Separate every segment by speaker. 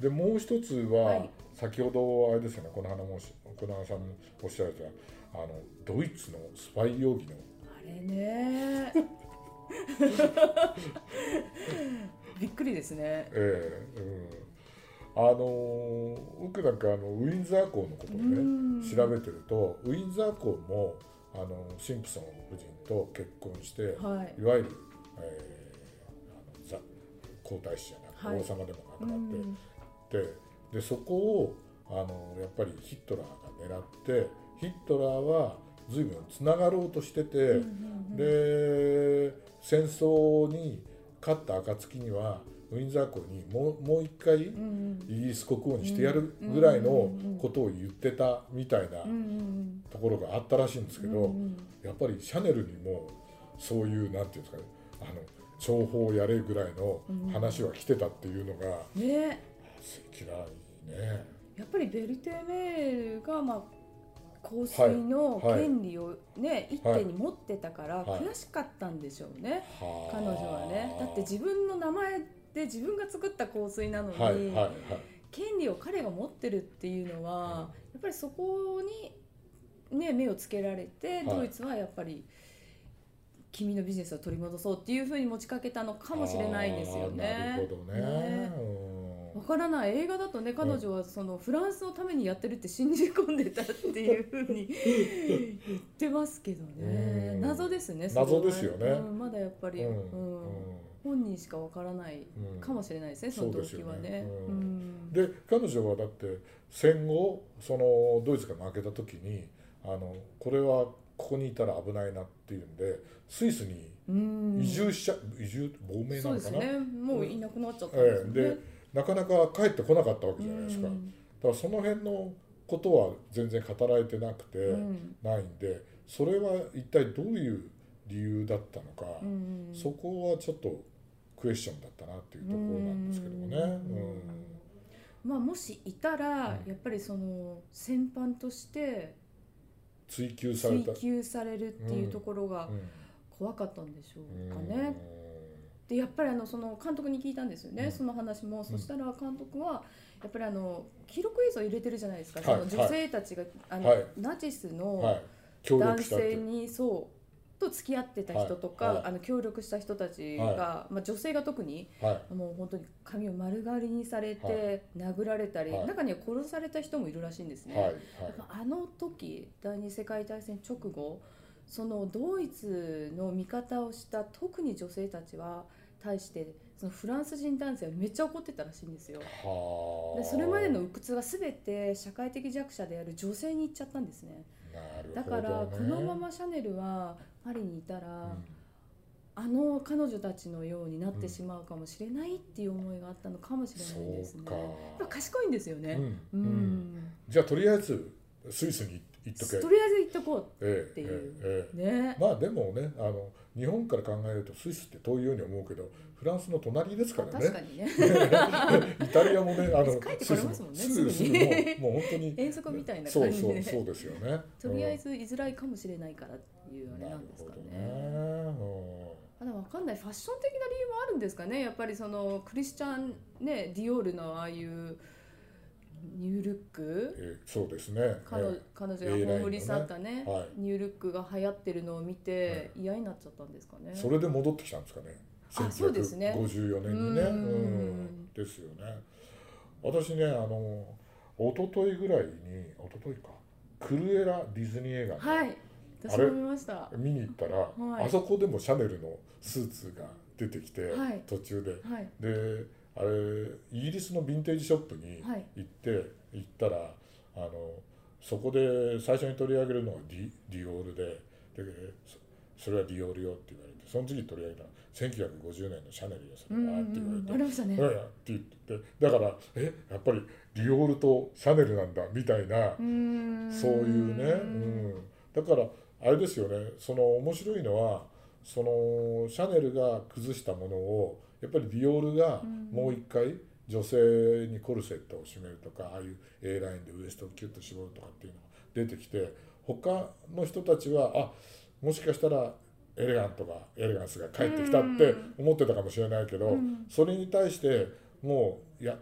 Speaker 1: でもう一つは、
Speaker 2: はい
Speaker 1: 先ほどあれですよねこの花もおしこの花さんもおっしゃられたあのドイツのスパイ容疑の
Speaker 2: あれねびっくりですね
Speaker 1: ええうん、あのー僕なんかあのウィンザー校のことを
Speaker 2: うん
Speaker 1: ね調べてるとウィンザー校もあのシンプソン夫人と結婚して、
Speaker 2: はい
Speaker 1: いわゆる、えーあのザ皇太子じゃなくて、
Speaker 2: はい
Speaker 1: 王様でも
Speaker 2: う
Speaker 1: なくなって、
Speaker 2: ん
Speaker 1: ででそこをあのやっぱりヒットラーが狙ってヒットラーは随分つながろうとしてて、
Speaker 2: うんうんうん
Speaker 1: で戦争に勝った暁にはウィンザー校にもうもう一回イ
Speaker 2: うんうん
Speaker 1: ギリス国王にしてやるぐらいのことを言ってたみたいな
Speaker 2: うんうん
Speaker 1: ところがあったらしいんですけど、
Speaker 2: うんうん
Speaker 1: やっぱりシャネルにもそういうなんていうんですかねあの情報をやれぐらいの話は来てたっていうのが、
Speaker 2: ね
Speaker 1: 素敵ないいね。
Speaker 2: やっぱりベルテメールがまあ香水の
Speaker 1: はいはい
Speaker 2: 権利をね、一手に持ってたから
Speaker 1: はい
Speaker 2: 悔しかったんでしょうね、
Speaker 1: はあ
Speaker 2: 彼女はねだって自分の名前で自分が作った香水なのに、
Speaker 1: はいはいはい
Speaker 2: 権利を彼が持ってるっていうのは、
Speaker 1: うん
Speaker 2: やっぱりそこに、ね、目をつけられて、
Speaker 1: い
Speaker 2: ドイツはやっぱり君のビジネスを取り戻そうっていうふうに持ちかけたのかもしれないですよ
Speaker 1: あーな
Speaker 2: ね
Speaker 1: る。ほどね。
Speaker 2: ね
Speaker 1: う
Speaker 2: わ
Speaker 1: ん
Speaker 2: からない映画だとね彼女はそのフランスのためにやってるって信じ込んでたっていうふうに言ってますけどね
Speaker 1: うん
Speaker 2: 謎ですねそれは
Speaker 1: 謎ですよね
Speaker 2: うんまだやっぱり、
Speaker 1: うん
Speaker 2: うん本人しかわからない
Speaker 1: うん
Speaker 2: かもしれないですねその動機は
Speaker 1: そうですよ
Speaker 2: ね
Speaker 1: ね。
Speaker 2: う
Speaker 1: うん
Speaker 2: ん
Speaker 1: で彼女はだって戦後そのドイツが負けた時にあのこれはここにいたら危ないなっていうんでスイスに
Speaker 2: うん
Speaker 1: 移住しちゃ、移住亡命な
Speaker 2: そう
Speaker 1: の
Speaker 2: で
Speaker 1: か
Speaker 2: す
Speaker 1: な、
Speaker 2: ねもういなくなっちゃったんです
Speaker 1: え
Speaker 2: よ
Speaker 1: え
Speaker 2: ね。
Speaker 1: でなかなか帰ってこなかったわけじゃないですか、
Speaker 2: う
Speaker 1: だ
Speaker 2: ん
Speaker 1: からその辺のことは全然語られてなくて、
Speaker 2: うん
Speaker 1: ないんでそれは一体どういう理由だったのか、
Speaker 2: うん
Speaker 1: そこはちょっとクエスチョンだったなっていうところなんですけどもね。
Speaker 2: う
Speaker 1: うんん
Speaker 2: まあもしいたら、
Speaker 1: うん
Speaker 2: やっぱりその戦犯として
Speaker 1: 追求され
Speaker 2: 追
Speaker 1: た、
Speaker 2: 及されるっていうところが
Speaker 1: う
Speaker 2: 怖かったんでしょ
Speaker 1: ん
Speaker 2: うかね。でやっぱりあのその監督に聞いたんですよね、
Speaker 1: うん
Speaker 2: その話も、そ
Speaker 1: うん
Speaker 2: したら監督はやっぱりあの記録映像を入れてるじゃないですか、
Speaker 1: はい
Speaker 2: その女性たちが、あの
Speaker 1: はい
Speaker 2: ナチス
Speaker 1: うんは
Speaker 2: の
Speaker 1: い、協
Speaker 2: 男
Speaker 1: 力したって
Speaker 2: 性
Speaker 1: いう。
Speaker 2: にそうと付き合ってた人とか、
Speaker 1: はいはい
Speaker 2: あの協力した人たちが、
Speaker 1: はい
Speaker 2: まあ、女性が特に
Speaker 1: はい
Speaker 2: もう本当に髪を丸刈りにされて、殴られたり、
Speaker 1: はい
Speaker 2: 中には殺された人もいるらしいんですね。
Speaker 1: はいはい
Speaker 2: やっぱあの時第二次世界大戦直後そのドイツの味方をした特に女性たちは対してそのフランス人男性はめっちゃ怒ってたらしいんですよ
Speaker 1: はあ
Speaker 2: でそれまでの鬱屈が全て社会的弱者である女性に行っちゃったんですね
Speaker 1: なるほどね
Speaker 2: だからこのままシャネルはパリにいたら、
Speaker 1: う
Speaker 2: あの彼女たちのようになってしまうかもしれないっていう思いがあったのかもしれない
Speaker 1: ん
Speaker 2: です
Speaker 1: そ
Speaker 2: ね
Speaker 1: うか
Speaker 2: やっぱ賢いんですよね
Speaker 1: うん
Speaker 2: うん、
Speaker 1: じゃあとりあえずスイスに行っとけ
Speaker 2: とりあえず行っとこ
Speaker 1: ええ
Speaker 2: ていう
Speaker 1: ええええ
Speaker 2: う ね
Speaker 1: まあでもねあの日本から考えるとスイスって遠いように思うけどフランスの隣ですから
Speaker 2: 確か
Speaker 1: ね
Speaker 2: にね
Speaker 1: イタリアもねあの
Speaker 2: 帰ってこれますもんね
Speaker 1: スイスも
Speaker 2: す
Speaker 1: す
Speaker 2: ぐ
Speaker 1: ぐ
Speaker 2: に
Speaker 1: すぐもうもう本当に
Speaker 2: 遠足みたいな
Speaker 1: そ
Speaker 2: 感
Speaker 1: う
Speaker 2: じ
Speaker 1: そ
Speaker 2: で
Speaker 1: うそうですよね
Speaker 2: とりあえ
Speaker 1: ず
Speaker 2: ず居づらいかもしれないからっていうあれなんですかね。
Speaker 1: なるほ
Speaker 2: あでもわかんないファッション的な理由もあるんですかねやっぱりそのクリスチャンねディオールのああいうニュールッ
Speaker 1: どね
Speaker 2: ク
Speaker 1: ええそうですね
Speaker 2: 彼女
Speaker 1: え
Speaker 2: 彼女
Speaker 1: A ラインの
Speaker 2: が
Speaker 1: ね
Speaker 2: 葬り去ったね
Speaker 1: えはい
Speaker 2: ニュールックが流行ってるのを見て嫌になっちゃったんですかね。
Speaker 1: それで戻ってきたんですかね
Speaker 2: あそうですね
Speaker 1: 1954年にね
Speaker 2: う
Speaker 1: うんんですよね私ねあの一昨日ぐらいに一昨日かクルエラディズニー映画の
Speaker 2: はい私
Speaker 1: あ
Speaker 2: も
Speaker 1: れ
Speaker 2: 見ました。
Speaker 1: 見に行ったら、
Speaker 2: はい
Speaker 1: あそこでもシャネルのスーツが出てきて、
Speaker 2: はい
Speaker 1: 途中で
Speaker 2: はい
Speaker 1: であれイギリスのヴィンテージショップに
Speaker 2: はい
Speaker 1: 行って、行ったらあのそこで最初に取り上げるのはディディオールででそそれはディオールよって言われてその次取り上げたのは1950年のシャネルよそ
Speaker 2: うん
Speaker 1: れ
Speaker 2: う
Speaker 1: はって言われ
Speaker 2: ん
Speaker 1: て
Speaker 2: うん。ありましたね。
Speaker 1: うんって言ってだからえやっぱりディオールとシャネルなんだみたいな
Speaker 2: うーん
Speaker 1: そういうね、うん、だからあれですよねその面白いのはそのシャネルが崩したものをやっぱりディオールが
Speaker 2: うん
Speaker 1: もう一回女性にコルセットを締めるとかああいう A ラインでウエストをキュッと絞るとかっていうのが出てきて他の人たちはあもしかしたらエレガントがエレガンスが帰ってきたって思ってたかもしれないけど、
Speaker 2: うん
Speaker 1: それに対してもういや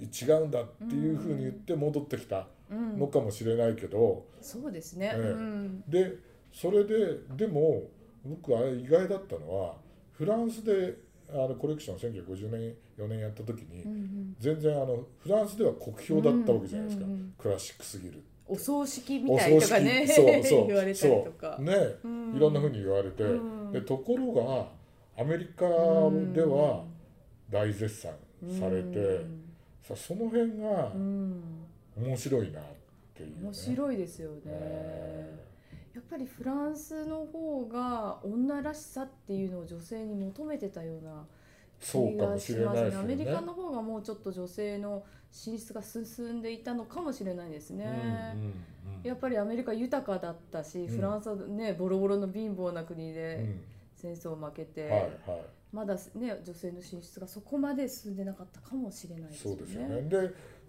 Speaker 1: 違うんだっていうふうに言って戻ってきた
Speaker 2: うん
Speaker 1: のかもしれないけど、
Speaker 2: そうですね、
Speaker 1: ええ
Speaker 2: うん
Speaker 1: でそれででも僕は意外だったのはフランスであのコレクション1950年4年やった時に、
Speaker 2: うんうん
Speaker 1: 全然あのフランスでは国評だったわけじゃないですか、
Speaker 2: うんうんうん
Speaker 1: クラシックすぎる
Speaker 2: お葬式みたいとかね
Speaker 1: そう
Speaker 2: 言われた
Speaker 1: そ
Speaker 2: りと
Speaker 1: う
Speaker 2: か
Speaker 1: そう、ねいろんなふうに言われて、
Speaker 2: うん
Speaker 1: でところがアメリカでは大絶賛されて、
Speaker 2: うん
Speaker 1: さその辺が
Speaker 2: うん
Speaker 1: 面白いなっていう、ね、
Speaker 2: 面白いですよね、
Speaker 1: え
Speaker 2: やっぱりフランスの方が女らしさっていうのを女性に求めてたような
Speaker 1: ーそ
Speaker 2: 気
Speaker 1: うか
Speaker 2: が
Speaker 1: もし
Speaker 2: し
Speaker 1: れな
Speaker 2: ま
Speaker 1: い
Speaker 2: すね
Speaker 1: ですよ
Speaker 2: ア
Speaker 1: ね
Speaker 2: メリカの方がもうちょっと女性の進出が進んでいたのかもしれないですね、
Speaker 1: うんうんうん
Speaker 2: やっぱりアメリカ豊かだったし、
Speaker 1: ん
Speaker 2: フランスはねボロボロの貧乏な国で
Speaker 1: う
Speaker 2: 戦争を負けて、
Speaker 1: ん、はいはい
Speaker 2: まだね女性の進出がそこまで進んでなかったかもしれないです
Speaker 1: そ
Speaker 2: よ
Speaker 1: う
Speaker 2: ね。
Speaker 1: ですよね。で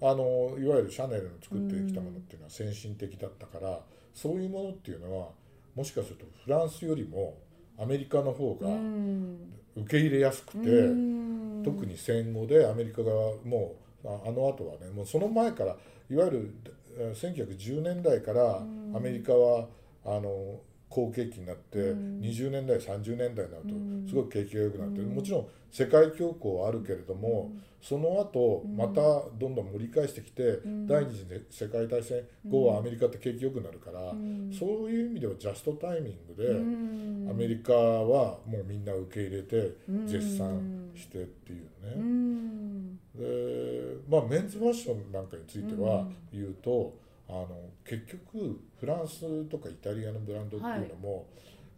Speaker 1: あのいわゆるシャネルの作ってきたものっていうのは先進的だったから、そういうものっていうのはもしかするとフランスよりもアメリカの方が
Speaker 2: うん
Speaker 1: 受け入れやすくて、
Speaker 2: うん
Speaker 1: 特に戦後でアメリカがもうああの後はねもうその前からいわゆるえー1910年代から
Speaker 2: うん
Speaker 1: アメリカはあの好景気になって、
Speaker 2: うん
Speaker 1: 20年代30年代にな
Speaker 2: う
Speaker 1: る
Speaker 2: ん
Speaker 1: とすごく景気が良くなって、
Speaker 2: うん
Speaker 1: もちろん世界恐慌はあるけれども、その後
Speaker 2: うん
Speaker 1: またどんどん盛り返してきて、
Speaker 2: ん
Speaker 1: 第二次世界大戦後はアメリカって景気良くなるから、
Speaker 2: うん
Speaker 1: そういう意味ではジャストタイミングで、
Speaker 2: うん
Speaker 1: アメリカはもうみんな受け入れて
Speaker 2: うん
Speaker 1: 絶賛してっていう
Speaker 2: う
Speaker 1: ね、
Speaker 2: ん
Speaker 1: でまあメンズファッションなんかについては
Speaker 2: うん
Speaker 1: 言うと、あの結局フランスとかイタリアのブランドっていうのも、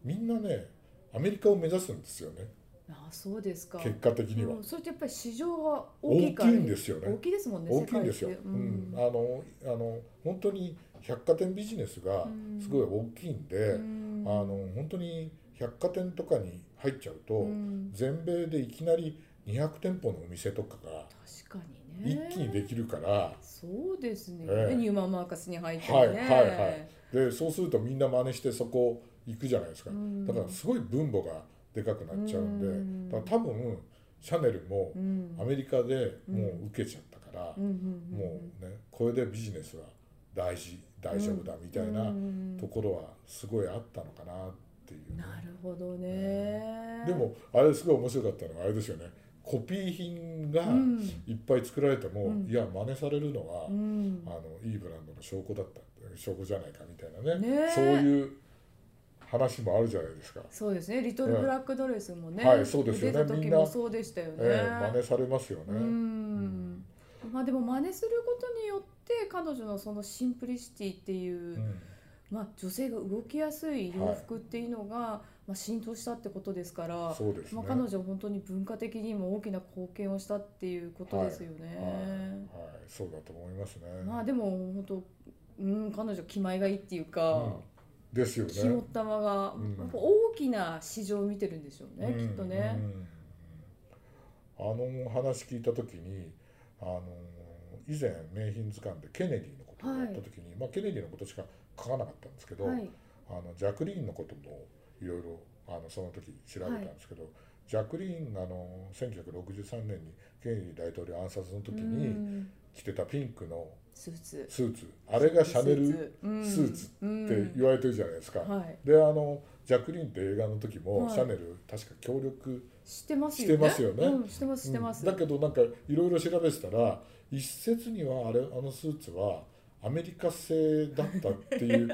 Speaker 1: みんなねアメリカを目指すんですよね
Speaker 2: あそうですか
Speaker 1: 結果的には
Speaker 2: う。んそれってやっぱり市場が大
Speaker 1: 大
Speaker 2: きい
Speaker 1: きい
Speaker 2: から
Speaker 1: んですよね
Speaker 2: 大きいですもんね
Speaker 1: 大きいんですよ、
Speaker 2: 世
Speaker 1: う
Speaker 2: 界って
Speaker 1: んあのあの本当に百貨店ビジネスが
Speaker 2: うん
Speaker 1: すごい大きいんで、
Speaker 2: うん
Speaker 1: あの本当に百貨店とかに入っちゃうと、
Speaker 2: うん
Speaker 1: 全米でいきなり200店舗のお店とかが
Speaker 2: 確かに
Speaker 1: 一
Speaker 2: ね
Speaker 1: 気にできるから、
Speaker 2: そうですね、
Speaker 1: ええ
Speaker 2: ニューマンマーカスに入ってね、
Speaker 1: はいはいはいでそうするとみんな真似してそこ行くじゃないですか、
Speaker 2: うん
Speaker 1: だからすごい分母がでかくなっちゃうんで、
Speaker 2: うん
Speaker 1: だから多分シャネルも
Speaker 2: うん
Speaker 1: アメリカでもう受けちゃったから、
Speaker 2: うんうんうん
Speaker 1: もうねこれでビジネスは大事大丈夫だみたいな
Speaker 2: うん
Speaker 1: ところはすごいあったのかなっていうね、
Speaker 2: なるほどね、
Speaker 1: でもあれすごい面白かったのはあれですよねコピー品が
Speaker 2: うん
Speaker 1: いっぱい作られても、
Speaker 2: うん
Speaker 1: いや真似されるのは、
Speaker 2: うん
Speaker 1: あのいいブランドの証拠だった証拠じゃないかみたいなね
Speaker 2: ねえ
Speaker 1: そういう話もあるじゃないですか、
Speaker 2: そうですねリトルブラックドレスもね、
Speaker 1: はいそうですよね
Speaker 2: 出た時
Speaker 1: みんな
Speaker 2: もそうでしたよね、
Speaker 1: ええ真似されますよね、
Speaker 2: うんまあでも真似することによって彼女のそのシンプリシティっていう、
Speaker 1: うん
Speaker 2: まあ、女性が動きやすい洋服っていうのが、まあ、浸透したってことですから
Speaker 1: そうですね
Speaker 2: まあ、彼女は本当に文化的にも大きな貢献をしたっていうことですよね。
Speaker 1: はい、はい、そうだと思いますね、
Speaker 2: まあでも本当、うん、彼女気前がいいっていうか、
Speaker 1: うんですよね
Speaker 2: 肝っ玉が、
Speaker 1: うん
Speaker 2: やっぱ大きな市場を見てるんでしょうね、
Speaker 1: うん
Speaker 2: きっとね。
Speaker 1: うんうんあの話聞いた時にあの以前名品図鑑でケネディのことをやった時に、まあ、ケネディのことしか書かなかったんですけど、
Speaker 2: はい、
Speaker 1: あのジャクリーンのこともいろいろあのその時調べたんですけど、ジャクリーンがあの1963年にケネディ大統領暗殺の時
Speaker 2: う
Speaker 1: に
Speaker 2: ん
Speaker 1: 着てたピンクの
Speaker 2: スーツ
Speaker 1: スーツ、あれがシャネルっ
Speaker 2: うん
Speaker 1: スーツっ
Speaker 2: うん
Speaker 1: て言われてるじゃないですか。
Speaker 2: はい、
Speaker 1: であのジャクリーンって映画の時も、
Speaker 2: はい
Speaker 1: シャネル確か協力
Speaker 2: 知ってますよ
Speaker 1: して
Speaker 2: ね。
Speaker 1: ますよね
Speaker 2: うん、知ってます、知ってます。
Speaker 1: うんだけどなんかいろいろ調べてたら一説にはあれあのスーツはアメリカ製だったっていう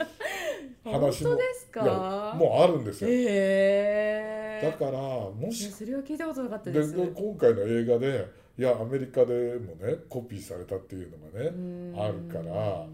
Speaker 1: 話も
Speaker 2: 本当です
Speaker 1: いや
Speaker 2: か。
Speaker 1: もうあるんですよ、
Speaker 2: ええ
Speaker 1: だからも
Speaker 2: いや
Speaker 1: し
Speaker 2: それは聞いたことなかった
Speaker 1: で
Speaker 2: です。
Speaker 1: で今回の映画でいやアメリカでもねコピーされたっていうのがね、
Speaker 2: うん
Speaker 1: あるから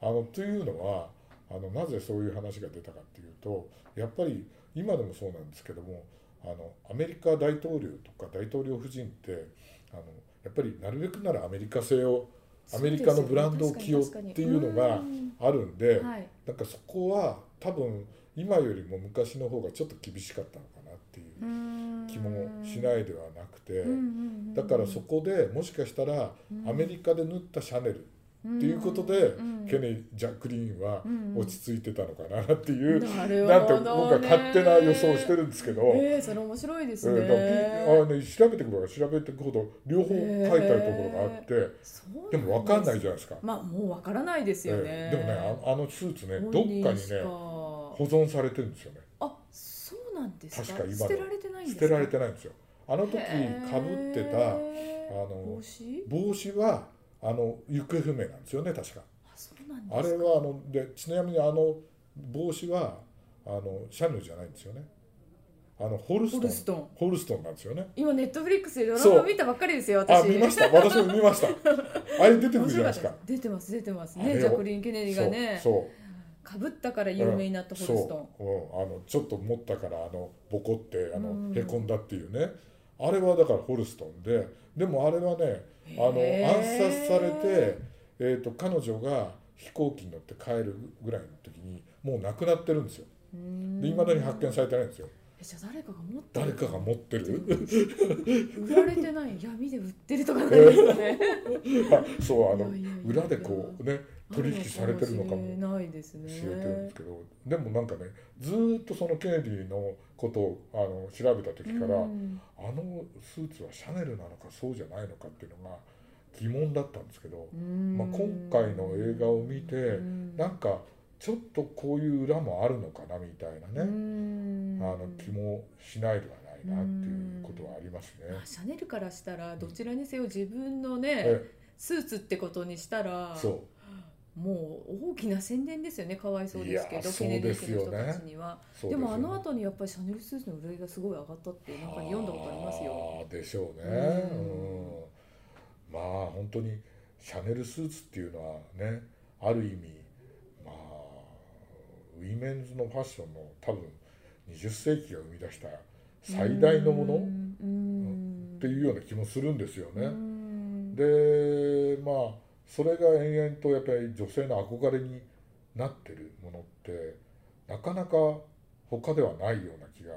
Speaker 1: あのというのはあのなぜそういう話が出たかっていうとやっぱり今でもそうなんですけどもあのアメリカ大統領とか大統領夫人ってあのやっぱりなるべくならアメリカ製をアメリカのブランドを着ようっていうのがあるんで、
Speaker 2: はい、
Speaker 1: なんかそこは多分今よりも昔の方がちょっと厳しかったのかなっていう気もしないではなくて、
Speaker 2: うんうんうんうん
Speaker 1: だからそこでもしかしたら
Speaker 2: うん
Speaker 1: アメリカで縫ったシャネル
Speaker 2: っ
Speaker 1: っていうことでケネ
Speaker 2: イ
Speaker 1: イジャック・リーンは落
Speaker 2: て
Speaker 1: ち着いてたのかなっていう、
Speaker 2: なる
Speaker 1: なんて
Speaker 2: ほ
Speaker 1: 僕
Speaker 2: ど
Speaker 1: は勝手な予想をして
Speaker 2: る
Speaker 1: るんですけど、
Speaker 2: えー、それ面白いです
Speaker 1: うん
Speaker 2: ね、
Speaker 1: だからピあのね調べてくれば調べていくほど両方書いてあるところがあって、
Speaker 2: そう
Speaker 1: でも分かんない
Speaker 2: ゃん
Speaker 1: じゃないですか。
Speaker 2: まあもう分からないですよね、
Speaker 1: ええでもねああのスーツねどっ
Speaker 2: 本人
Speaker 1: かに
Speaker 2: しか
Speaker 1: ね保存されてるんですよね
Speaker 2: あそうなんですか
Speaker 1: 確か今の
Speaker 2: 捨てられてないんで
Speaker 1: 捨
Speaker 2: すか
Speaker 1: てられてないんですよあの時
Speaker 2: へー
Speaker 1: かぶってたあの
Speaker 2: 帽子
Speaker 1: 帽子はあの行方不明なんですよね確か
Speaker 2: あそうなんですか
Speaker 1: あれはあのでちなみにあの帽子はあのシャネルじゃないんですよねあのホルス
Speaker 2: ホ
Speaker 1: ト
Speaker 2: ル
Speaker 1: ン
Speaker 2: ストン
Speaker 1: ホルストンなんですよね
Speaker 2: 今ネットフリックスでド
Speaker 1: そ
Speaker 2: ラマ
Speaker 1: う
Speaker 2: 見たばっかりですよ私
Speaker 1: あ見ました私も見ましたあれ出てくる
Speaker 2: 面
Speaker 1: じゃない
Speaker 2: 白かっ
Speaker 1: です
Speaker 2: た
Speaker 1: か
Speaker 2: です出てます出てます
Speaker 1: あれ
Speaker 2: ね
Speaker 1: を
Speaker 2: ジャクリン・ケネディがね
Speaker 1: そうそう
Speaker 2: かぶったから有名になったホルストン、
Speaker 1: そう、うん、あのちょっと持ったからあのボコってあの、
Speaker 2: うん
Speaker 1: へこんだっていうねあれはだからホルストンででもあれはねあの
Speaker 2: へ
Speaker 1: 暗
Speaker 2: ー
Speaker 1: 殺されて、えー、と彼女が飛行機に乗って帰るぐらいの時にもう亡くなってるんですよ
Speaker 2: うーん
Speaker 1: いまだに発見されてないんですよ
Speaker 2: えじゃあ誰かが持ってる
Speaker 1: 誰かが持って る
Speaker 2: 売られてない闇で売ってるとかなんですかね
Speaker 1: あそう あの
Speaker 2: いやいやいや
Speaker 1: 裏でこうね取引されてるのかも
Speaker 2: あるかしれないですね
Speaker 1: 知れてるんですけどでもなんかねずーっとそのケネディのことをあの調べた時から、
Speaker 2: うん
Speaker 1: あのスーツはシャネルなのかそうじゃないのかっていうのが疑問だったんですけど、
Speaker 2: うん
Speaker 1: まあ、今回の映画を見て、
Speaker 2: うん
Speaker 1: なんかちょっとこういう裏もあるのかなみたいなね、
Speaker 2: ね
Speaker 1: あの気もしないではないなっていうことはありますね。
Speaker 2: まあシャネルからしたらどちらにせよ自分のね、
Speaker 1: え
Speaker 2: スーツってことにしたら
Speaker 1: そう
Speaker 2: もう大きな宣伝ですよねかわいそうですけ
Speaker 1: いや
Speaker 2: ど
Speaker 1: そうですよね
Speaker 2: ケネディ家の人たちには
Speaker 1: そうすよ
Speaker 2: で
Speaker 1: ね
Speaker 2: もあの後にやっぱりシャネルスーツの売り上げがすごい上がったってなんか読んだことありますよ。
Speaker 1: あーでしょうね、う
Speaker 2: うん
Speaker 1: まあ本当にシャネルスーツっていうのはねある意味まあウィメンズのファッションの多分20世紀が生み出した最大のものっ
Speaker 2: の
Speaker 1: ていうような気もするんですよね。
Speaker 2: ね。
Speaker 1: でまあそれが延々とやっぱり女性の憧れになってるものってなかなか他ではないような気が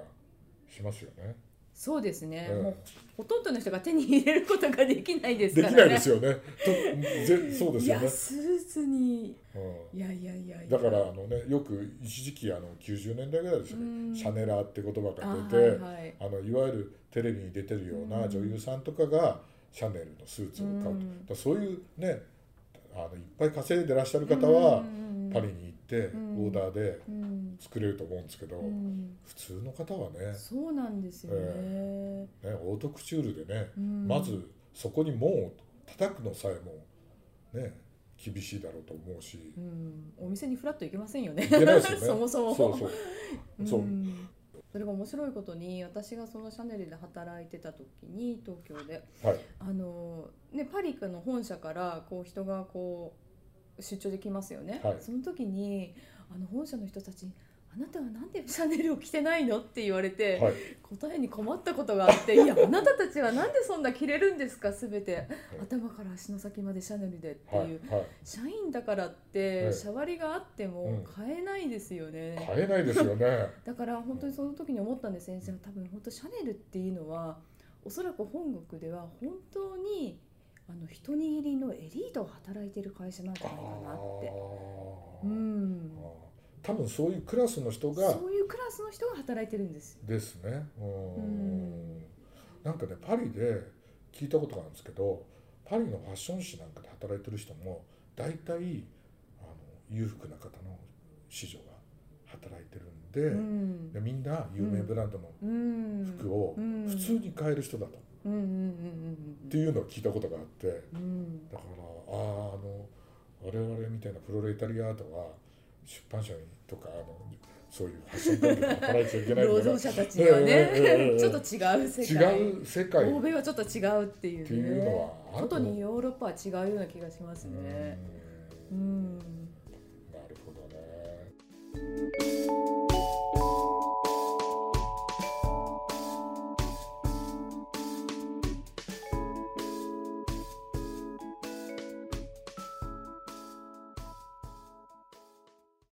Speaker 1: しますよね。
Speaker 2: そうですね、
Speaker 1: うん
Speaker 2: もうほとんどの人が手に入れることができないです
Speaker 1: で
Speaker 2: から
Speaker 1: き
Speaker 2: ね。
Speaker 1: ないですよね。とぜそうですよ
Speaker 2: い
Speaker 1: ね
Speaker 2: や。スーツに
Speaker 1: う
Speaker 2: いやいやいやい
Speaker 1: ん、
Speaker 2: や
Speaker 1: だからあのねよく一時期あの90年代ぐらいですよ
Speaker 2: う
Speaker 1: ね。
Speaker 2: ん
Speaker 1: シャネラーって言葉
Speaker 2: あ
Speaker 1: が出て、
Speaker 2: はいいはい
Speaker 1: あのいわゆるテレビに出てるような
Speaker 2: うん
Speaker 1: 女優さんとかがシャネルのスーツを買うと、だ
Speaker 2: う
Speaker 1: か
Speaker 2: ん
Speaker 1: らそういうねあのいっぱい稼いでらっしゃる方は
Speaker 2: うん
Speaker 1: パリに行って
Speaker 2: うん
Speaker 1: オーダーで
Speaker 2: うん
Speaker 1: 作れると思うんですけど、
Speaker 2: うん
Speaker 1: 普通の方はね
Speaker 2: そうなんですよね。
Speaker 1: ねオートクチュールでね、
Speaker 2: うん
Speaker 1: まずそこに門を叩くのさえもね厳しいだろうと思うし。
Speaker 2: うん、お店にフラッと行けませんよね。
Speaker 1: いけないですよね
Speaker 2: そもそも。
Speaker 1: そうそうそう、
Speaker 2: んそれが面白いことに私がそのシャネルで働いてた時に東京で
Speaker 1: はい
Speaker 2: あの、ね、パリの本社からこう人がこう出張できますよね、
Speaker 1: はい
Speaker 2: その時にあの本社の人たちに「あなたはなんでシャネルを着てないの?」って言われて、
Speaker 1: はい
Speaker 2: 答えに困ったことがあって「 いやあなたたちはなんでそんな着れるんですか全て頭から足の先までシャネルで」っていう。
Speaker 1: はいはい
Speaker 2: 社員だからっ
Speaker 1: ええ
Speaker 2: てシャワリがあって
Speaker 1: うん
Speaker 2: も買えないですよね、
Speaker 1: 買えないです よね
Speaker 2: だから本当にその時に思ったんです先生は多分本当シャネルっていうのはおそらく本国では本当にあの一握りのエリートが働いてる会社なんじゃないかなって。
Speaker 1: あ
Speaker 2: う
Speaker 1: ー
Speaker 2: ん、
Speaker 1: 多分そういうクラスの人が
Speaker 2: そういうクラスの人が働いてるんですよ。
Speaker 1: ですねうん
Speaker 2: うん
Speaker 1: なんかねパリで聞いたことがあるんですけどパリのファッション誌なんかで働いてる人も大体あの裕福な方の市場が働いてるんで,、
Speaker 2: うん
Speaker 1: でみんな有名ブランドの
Speaker 2: うん、
Speaker 1: 服を
Speaker 2: うん
Speaker 1: 普通に買える人だと、っ
Speaker 2: うんうん
Speaker 1: ていうのを聞いたことがあって。
Speaker 2: うんうんうん
Speaker 1: だからあーあの我々みたいなプロレタリアートは出版社にとかあのそういうファッション関係で働いちゃいけ
Speaker 2: うん
Speaker 1: ないん
Speaker 2: 労
Speaker 1: だな
Speaker 2: 働者たちには
Speaker 1: えええええ
Speaker 2: ね
Speaker 1: え
Speaker 2: ちょっと違う世界
Speaker 1: 違う世界
Speaker 2: 欧米はちょっと違うっていうね
Speaker 1: っていうのはある
Speaker 2: ことにヨーロッパは違うような気がしますね。
Speaker 1: う
Speaker 2: うんん